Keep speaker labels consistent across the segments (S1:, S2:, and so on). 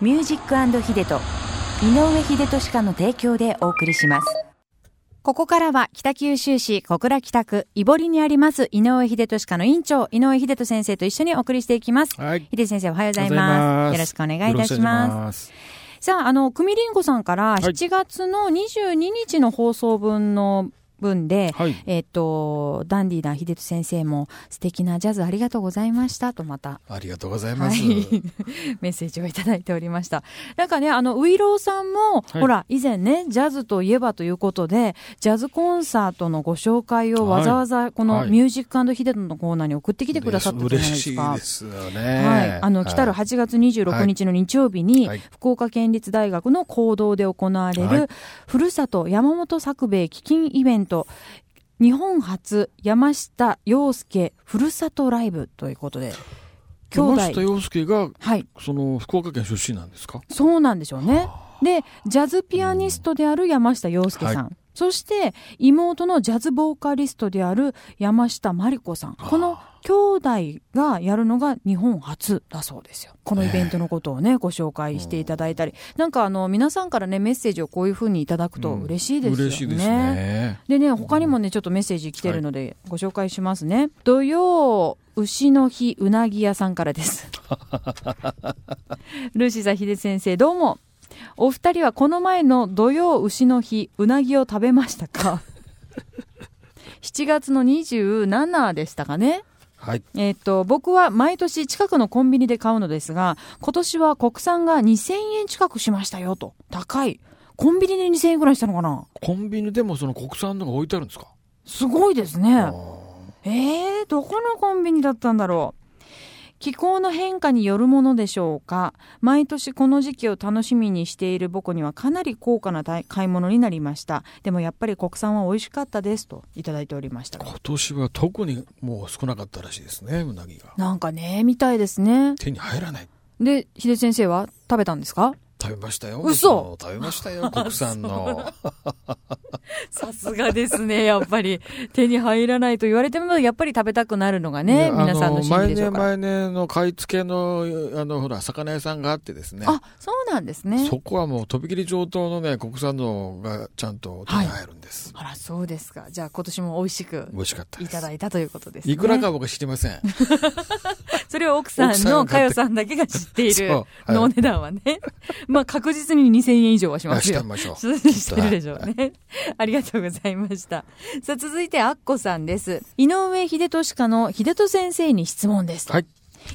S1: ミュージックヒデと井上秀俊家の提供でお送りします。ここからは北九州市小倉北区井堀にあります井上秀俊家の院長、井上秀俊先生と一緒にお送りしていきます。
S2: はい。
S1: 秀先生おはようござ
S2: おはいようございま
S1: ますす。よろしくお願いいたします。
S2: す。
S1: さあ、あの、くみりんごさんから
S2: い
S1: 7月の22日の放送分の分で、
S2: はい。
S1: えっと、ダンディーな秀人先生も素敵なジャズありがとうございましたとまた
S2: ありがとうございま
S1: は
S2: す。
S1: い、メッセージをいただいておりました。なんかね、あの、ウイローさんも、
S2: はい
S1: ほら、以前ね、ジャズといえばということで、ジャズコンサートのご紹介をわざわざ、この
S2: はい
S1: ミュージックヒデトのコーナーに送ってきてくださったじゃない
S2: 嬉
S1: です
S2: し
S1: か。
S2: いですよね。
S1: はい、あの来たる8月26日の日曜日に、
S2: はい
S1: 福岡県立大学の講堂で行われる、
S2: はい
S1: ふるさと山本作兵衛基金イベント日本初山下洋介ふるさとライブということで兄
S2: 山下
S1: 弟
S2: 洋介が、
S1: はい
S2: その、福岡県出身なんですか
S1: そうなんでしょうねでジャズピアニストである山下洋介さん、
S2: は
S1: そして妹のジャズボーカリストである山下真理子さんこの兄弟がやるのが日本初だそうですよこのイベントのことをねご紹介していただいたりなんかあの皆さんからねメッセージをこういうふうにいただくと嬉しいですよね、
S2: 嬉しいですね。
S1: でね、他にもね、ちょっとメッセージ来てるので、ご紹介しますね。土曜、牛の日、うなぎ屋さんからです。ルーシーさん、秀先生、どうも。お二人はこの前の土曜、牛の日、うなぎを食べましたか7月の27でしたかね。
S2: はい。
S1: えっと、僕は毎年近くのコンビニで買うのですが、今年は国産が2000円近くしましたよと。高い。コンビニで2000円ぐらいしたのかな
S2: コンビニでもその国産のが置いてあるんですか
S1: すごいですね。
S2: あー
S1: えー、どこのコンビニだったんだろう気候の変化によるものでしょうか毎年この時期を楽しみにしている僕にはかなり高価な買い買い物になりましたでもやっぱり国産は美味しかったですといただいておりました
S2: 今年は特にもう少なかったらしいですね、うなぎが。
S1: なんかねみたいですね
S2: 手に入らない。
S1: で秀先生は食べたんですか
S2: 食べましたよ。
S1: 嘘
S2: 僕も食べましたよ、国 産の。
S1: さすがですねやっぱり手に入らないと言われてもやっぱり食べたくなるのが
S2: い
S1: ね
S2: や
S1: 皆さんの心理でしょう
S2: あの
S1: か
S2: 前年前年の買い付けの、あの、ほら、魚屋さんがあってですね。
S1: あそうなんですね
S2: そこはもうとびきり上等のね、国産のがちゃんと手に入るんです。
S1: あらそうですかじゃあ今年も美味しく
S2: 美味しかったで
S1: い
S2: す。
S1: ただいたということです、ね。
S2: いくらかは僕は知りません。
S1: それを奥さんのかよさんだけが知ってい
S2: そう
S1: る
S2: はい
S1: のお値段はね。 まあ確実に2000円以上はしま
S2: あ
S1: す
S2: し
S1: よ
S2: て。みましょう。
S1: そうしてるでしょうね。 ありがとうございました。さあ続いてアッコさんです。井上秀俊家の秀俊先生に質問です。
S2: はい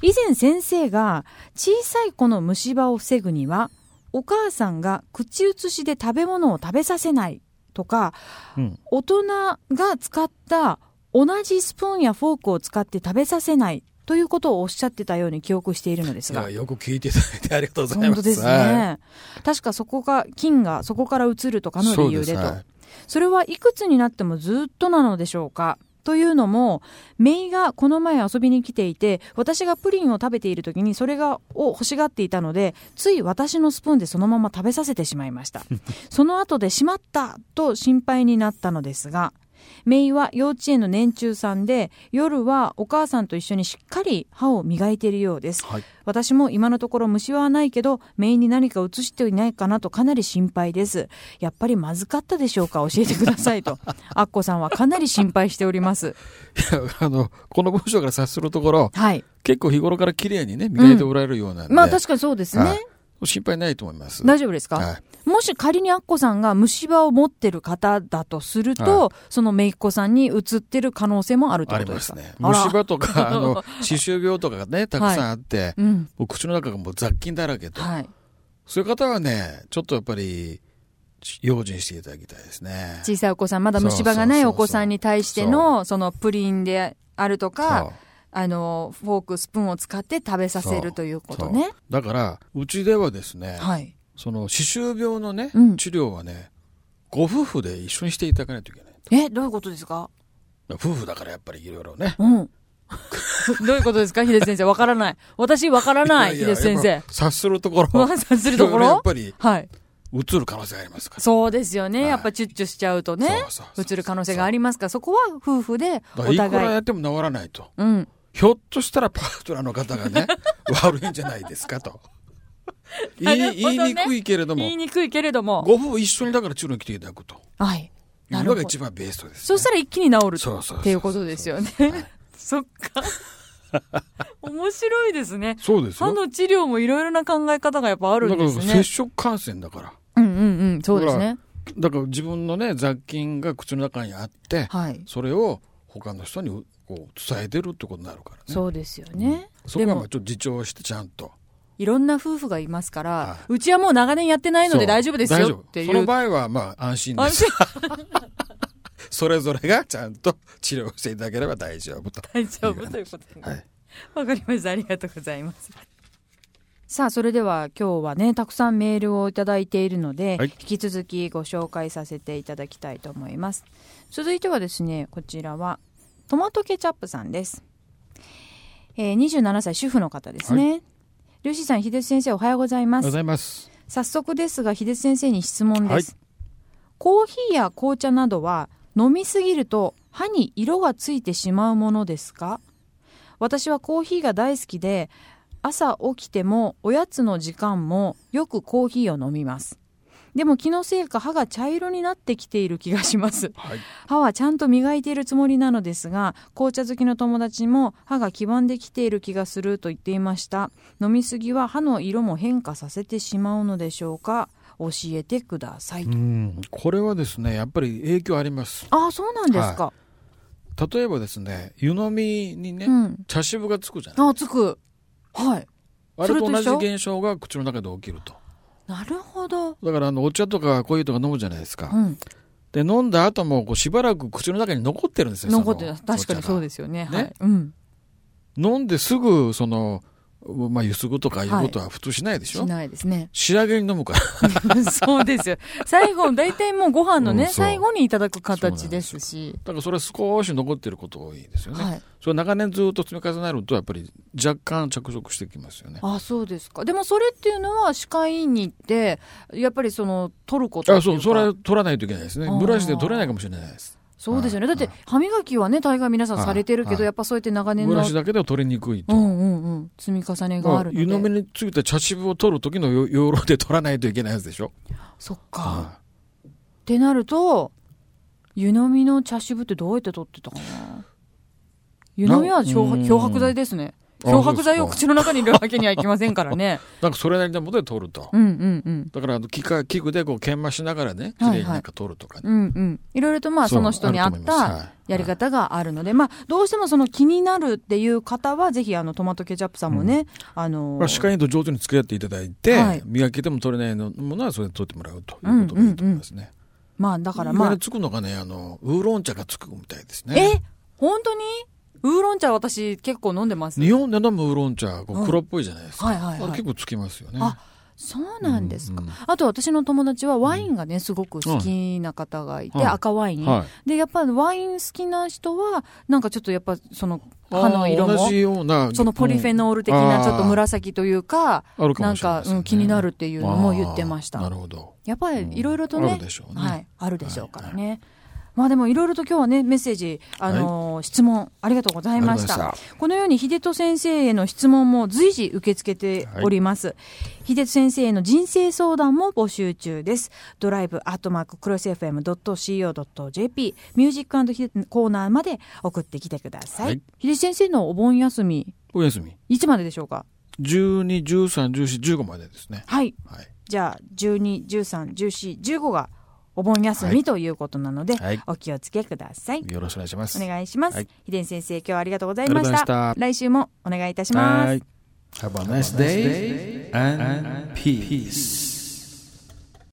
S1: 以前先生が小さい子の虫歯を防ぐには、お母さんが口移しで食べ物を食べさせないとか、
S2: うん
S1: 大人が使った同じスプーンやフォークを使って食べさせないということをおっしゃってたように記憶しているのです
S2: い
S1: が
S2: や、。よく聞いていただいてありがとうござ
S1: 本
S2: います。
S1: 当です
S2: は
S1: ね。確かそこが、菌がそこから移るとか
S2: い。
S1: の
S2: そう
S1: 理由
S2: す
S1: でと。そ
S2: はい
S1: れはいくつになってもずっとなのでしょうかというのも、メイがこの前遊びに来ていて、私がプリンを食べている時にそれが、を欲しがっていたので、つい私のスプーンでそのまま食べさせてしまいました。その後でしまったと心配になったのですが、メイは幼稚園の年中さんで、夜はお母さんと一緒にしっかり歯を磨いているようです。
S2: はい。
S1: 私も今のところ虫歯はないけど、メインに何か移していないかなとかなり心配です。やっぱりまずかったでしょうか教えてください と。アッコさんはかなり心配しております。
S2: いや、あの、この文章から察するところ、
S1: はい。
S2: 結構日頃から綺麗にね、磨いておられるようなんで。
S1: まあ確かにそうです
S2: は
S1: ね
S2: い。心配ないと思います。
S1: 大丈夫ですか
S2: はい。
S1: もし仮にアッコさんが虫歯を持ってる方だとすると、そのめいっ子さんに移ってる可能性もあるってこ
S2: あり
S1: とで
S2: ますす
S1: か
S2: ね。
S1: あら
S2: 虫歯 とか、あの、歯周病とかがね、たくさんあって、
S1: うん。
S2: もう口の中がもう雑菌だらけと。
S1: はい。
S2: そういう方はね、ちょっとやっぱり、し用心していただきたいですね。
S1: 小さいお子さん、まだ虫歯がな
S2: そうそうそう
S1: い
S2: そう
S1: お子さんに対しての、そのプリンであるとか、
S2: そう
S1: あの、フォーク、スプーンを使って食べさせるということね。
S2: だから、うちではですね、
S1: はい。
S2: その歯周病のね、
S1: うん
S2: 治療はね、ご夫婦で一緒にしていただかないといけない。
S1: え、どういうことですか
S2: 夫婦だからやっぱりいろいろね。
S1: うん。 どういうことですか、秀先生。わからない。私、わから ない、
S2: や
S1: 秀
S2: や
S1: 先
S2: や
S1: 生
S2: っ。ぱ察するとこ ろ。
S1: わ察するところ
S2: いろいやっぱり、
S1: はい。
S2: 映る可能性がありますから。
S1: そうですよね。
S2: はい
S1: やっぱチュッチュしちゃうとね
S2: そうそうそ、う
S1: 映る可能性がありますから、そこは夫婦で、
S2: だ
S1: お
S2: からいくら
S1: 互
S2: や
S1: い。
S2: っても治らないと。
S1: うん。
S2: ひょっとしたらパートナーの方がね、悪いんじゃないですかと。言い
S1: なるほど
S2: 言
S1: ね
S2: いにくいけれど
S1: 言い
S2: も、
S1: にくいけれども。
S2: ご夫婦一緒にだから中に来ていただくと。
S1: はい。
S2: い
S1: な
S2: う
S1: るほど
S2: のが一番ベストです、
S1: そ
S2: ね。
S1: したら一気に治る
S2: そうそうそう
S1: っていうことですよね。 そっか。 面白いですね。
S2: そうです
S1: 歯
S2: よ。
S1: の治療もいろいろな考え方がやっぱあるん
S2: だか
S1: で
S2: ら
S1: す
S2: 接
S1: ね。
S2: 触感染だから。
S1: うんうんうん。そうですね。
S2: だから自分のね雑菌が口の中にあって、
S1: はい。
S2: それを他の人にうこう伝えてるってことになるからね。
S1: そうですよね。
S2: そ
S1: で
S2: こはまあ
S1: も、
S2: ちょっと自重してちゃんと。
S1: いろんな夫婦がいますから、
S2: は
S1: うちはもう長年やってないの
S2: そ
S1: で
S2: う
S1: 大丈夫です
S2: 大丈
S1: よ
S2: 夫
S1: ってい
S2: その
S1: う。
S2: 場合はまあ安心で
S1: 安
S2: す。
S1: 心
S2: それぞれがちゃんと治療していただければ大丈夫と。
S1: 大丈夫ということでね。
S2: はい。
S1: わかりました。ありがとうございます。さあ、それでは今日はね、たくさんメールをいただいているので、
S2: はい
S1: 引き続きご紹介させていただきたいと思います。続いてはですね、こちらは、トマトケチャップさんです。えー、27歳、主婦の方ですね。ルーシーさん、秀吉先生、おはようござい
S2: ありが
S1: ま
S2: と
S1: す。
S2: うございます。
S1: 早速ですが、秀吉先生に質問です。コーヒーや紅茶などは飲みすぎると歯に色がついてしまうものですか私はコーヒーが大好きで朝起きてもおやつの時間もよくコーヒーを飲みますでも気のせいか歯が茶色になってきている気がします
S2: はい。
S1: 歯はちゃんと磨いているつもりなのですが紅茶好きの友達も歯が黄ばんできている気がすると言っていました飲みすぎは歯の色も変化させてしまうのでしょうか教えてください、
S2: うん。これはですねやっぱり影響あります。
S1: ああそうなんですか、
S2: 例えばですね湯飲みにね、
S1: うん
S2: 茶渋がつくじゃない。
S1: ああつくはい
S2: あれと同
S1: それと一
S2: じ
S1: 緒
S2: 現象が口の中で起きると。
S1: なるほど
S2: だからあのお茶とかコーヒーとか飲むじゃないですか。
S1: うん
S2: で飲んだ後もこうしばらく口の中に残ってるんですよ。
S1: 残ってる確かにそう
S2: で
S1: ですよね
S2: ね
S1: はい、うん
S2: 飲んですぐそのまあゆすぐとかいうことは普通しないでしょ。
S1: しないですね
S2: 仕上げに飲むから。
S1: そうですよ最後大体もうご飯のね、
S2: うんそう
S1: 最後にいただく形ですし
S2: だからそれは少し残ってることが多いですよね。
S1: はい
S2: それは長年ずっと積み重ねるとやっぱり若干着色してきますよね。
S1: あそうですかでもそれっていうのは歯科医院に行ってやっぱりその取ること
S2: あ、
S1: ってい
S2: そうう、
S1: か
S2: それは取らないといけないですね
S1: あー。
S2: ブラシで取れないかもしれないです。
S1: そうですよねだ
S2: は
S1: っ
S2: い
S1: て歯磨きはね大概皆さんされてるけ
S2: は
S1: ど
S2: い
S1: やっぱそうやって長年
S2: ブ
S1: の
S2: ラシだけでは取りにくいと。
S1: うんうんうん積み重ねがある
S2: 湯飲
S1: の
S2: み
S1: で
S2: についた茶渋を取る時の要要領で取らないといけないやつでしょ。
S1: そっ
S2: はい
S1: かってなると湯飲みの茶渋ってどうやって取ってたかな湯飲みは漂
S2: うん
S1: 白漂白剤ですね
S2: あそう
S1: 漂
S2: で
S1: 白
S2: すか
S1: 剤を口の中に入れるわけにはいきませんから ね
S2: なんかそれなりのもので取ると。
S1: うんうんうん
S2: だからあの機械器具でこう研磨しながらね、綺
S1: はいはい
S2: 麗になんか取るとかね。
S1: うんうんいろいろとまあ
S2: そう
S1: その人に合
S2: あ
S1: っ
S2: ると思います
S1: た
S2: はい
S1: やり方があるので、まあどうしてもその気になるっていう方はぜひあのトマトケチャップさんもね、あの
S2: まあ、歯科医院と上手に付き合っていただいて、
S1: はい
S2: 磨けても取れないのものはそれで取ってもらうということがいいと思いますね。
S1: まあだから
S2: 意
S1: ま
S2: 外
S1: あ
S2: につくのがね、あの、ウーロン茶がつくみたいですね。
S1: え本当にウーロン茶私結構飲んでます
S2: 日本で飲むウーロン茶、こ
S1: う
S2: うん黒っぽいじゃないですか。
S1: はいはいはい
S2: あれ結構つきますよね。
S1: あそうなんですか、
S2: うんうん
S1: あと私の友達はワインがねすごく好きな方がいて、
S2: はい
S1: 赤ワイン、
S2: は
S1: でやっぱワイン好きな人はなんかちょっとやっぱその
S2: い。
S1: 歯の色
S2: あー同
S1: も
S2: じような。
S1: そのポリフェノール的なちょっと紫というか、
S2: うんあるか
S1: な
S2: も
S1: ん
S2: しれな
S1: か、
S2: いですね
S1: うん、気になるっていうのも言ってまし
S2: あーな
S1: た。
S2: るほど。
S1: やっぱりいろいろとね,、
S2: あるでしょうね
S1: はい、あるでしょうからね。まあでもいろいろと今日はねメッセージ、あのー質問ありがとうございました
S2: ありがとうござい
S1: このように秀人先生への質問も随時受け付けております、秀人先生への人生相談も募集中ですドライブアットマーククロス FM.co.jp ミュージックヒデコーナーまで送ってきてください、
S2: はい
S1: 秀人先生のお盆休み
S2: お休み。
S1: いつまででしょうか
S2: 12、13、14、15までですね。
S1: はい
S2: はい。
S1: じゃあ12、13、14、15がお盆休
S2: は
S1: み
S2: い
S1: ということなので、
S2: はい
S1: お気をつけください。
S2: よろしくお願いします。
S1: お願いします。
S2: はい
S1: 秀先生、今日はありがとうございまし
S2: ありがとうござ
S1: た。
S2: いまし
S1: 来週もお願いいたします。
S2: Have a nice day and peace.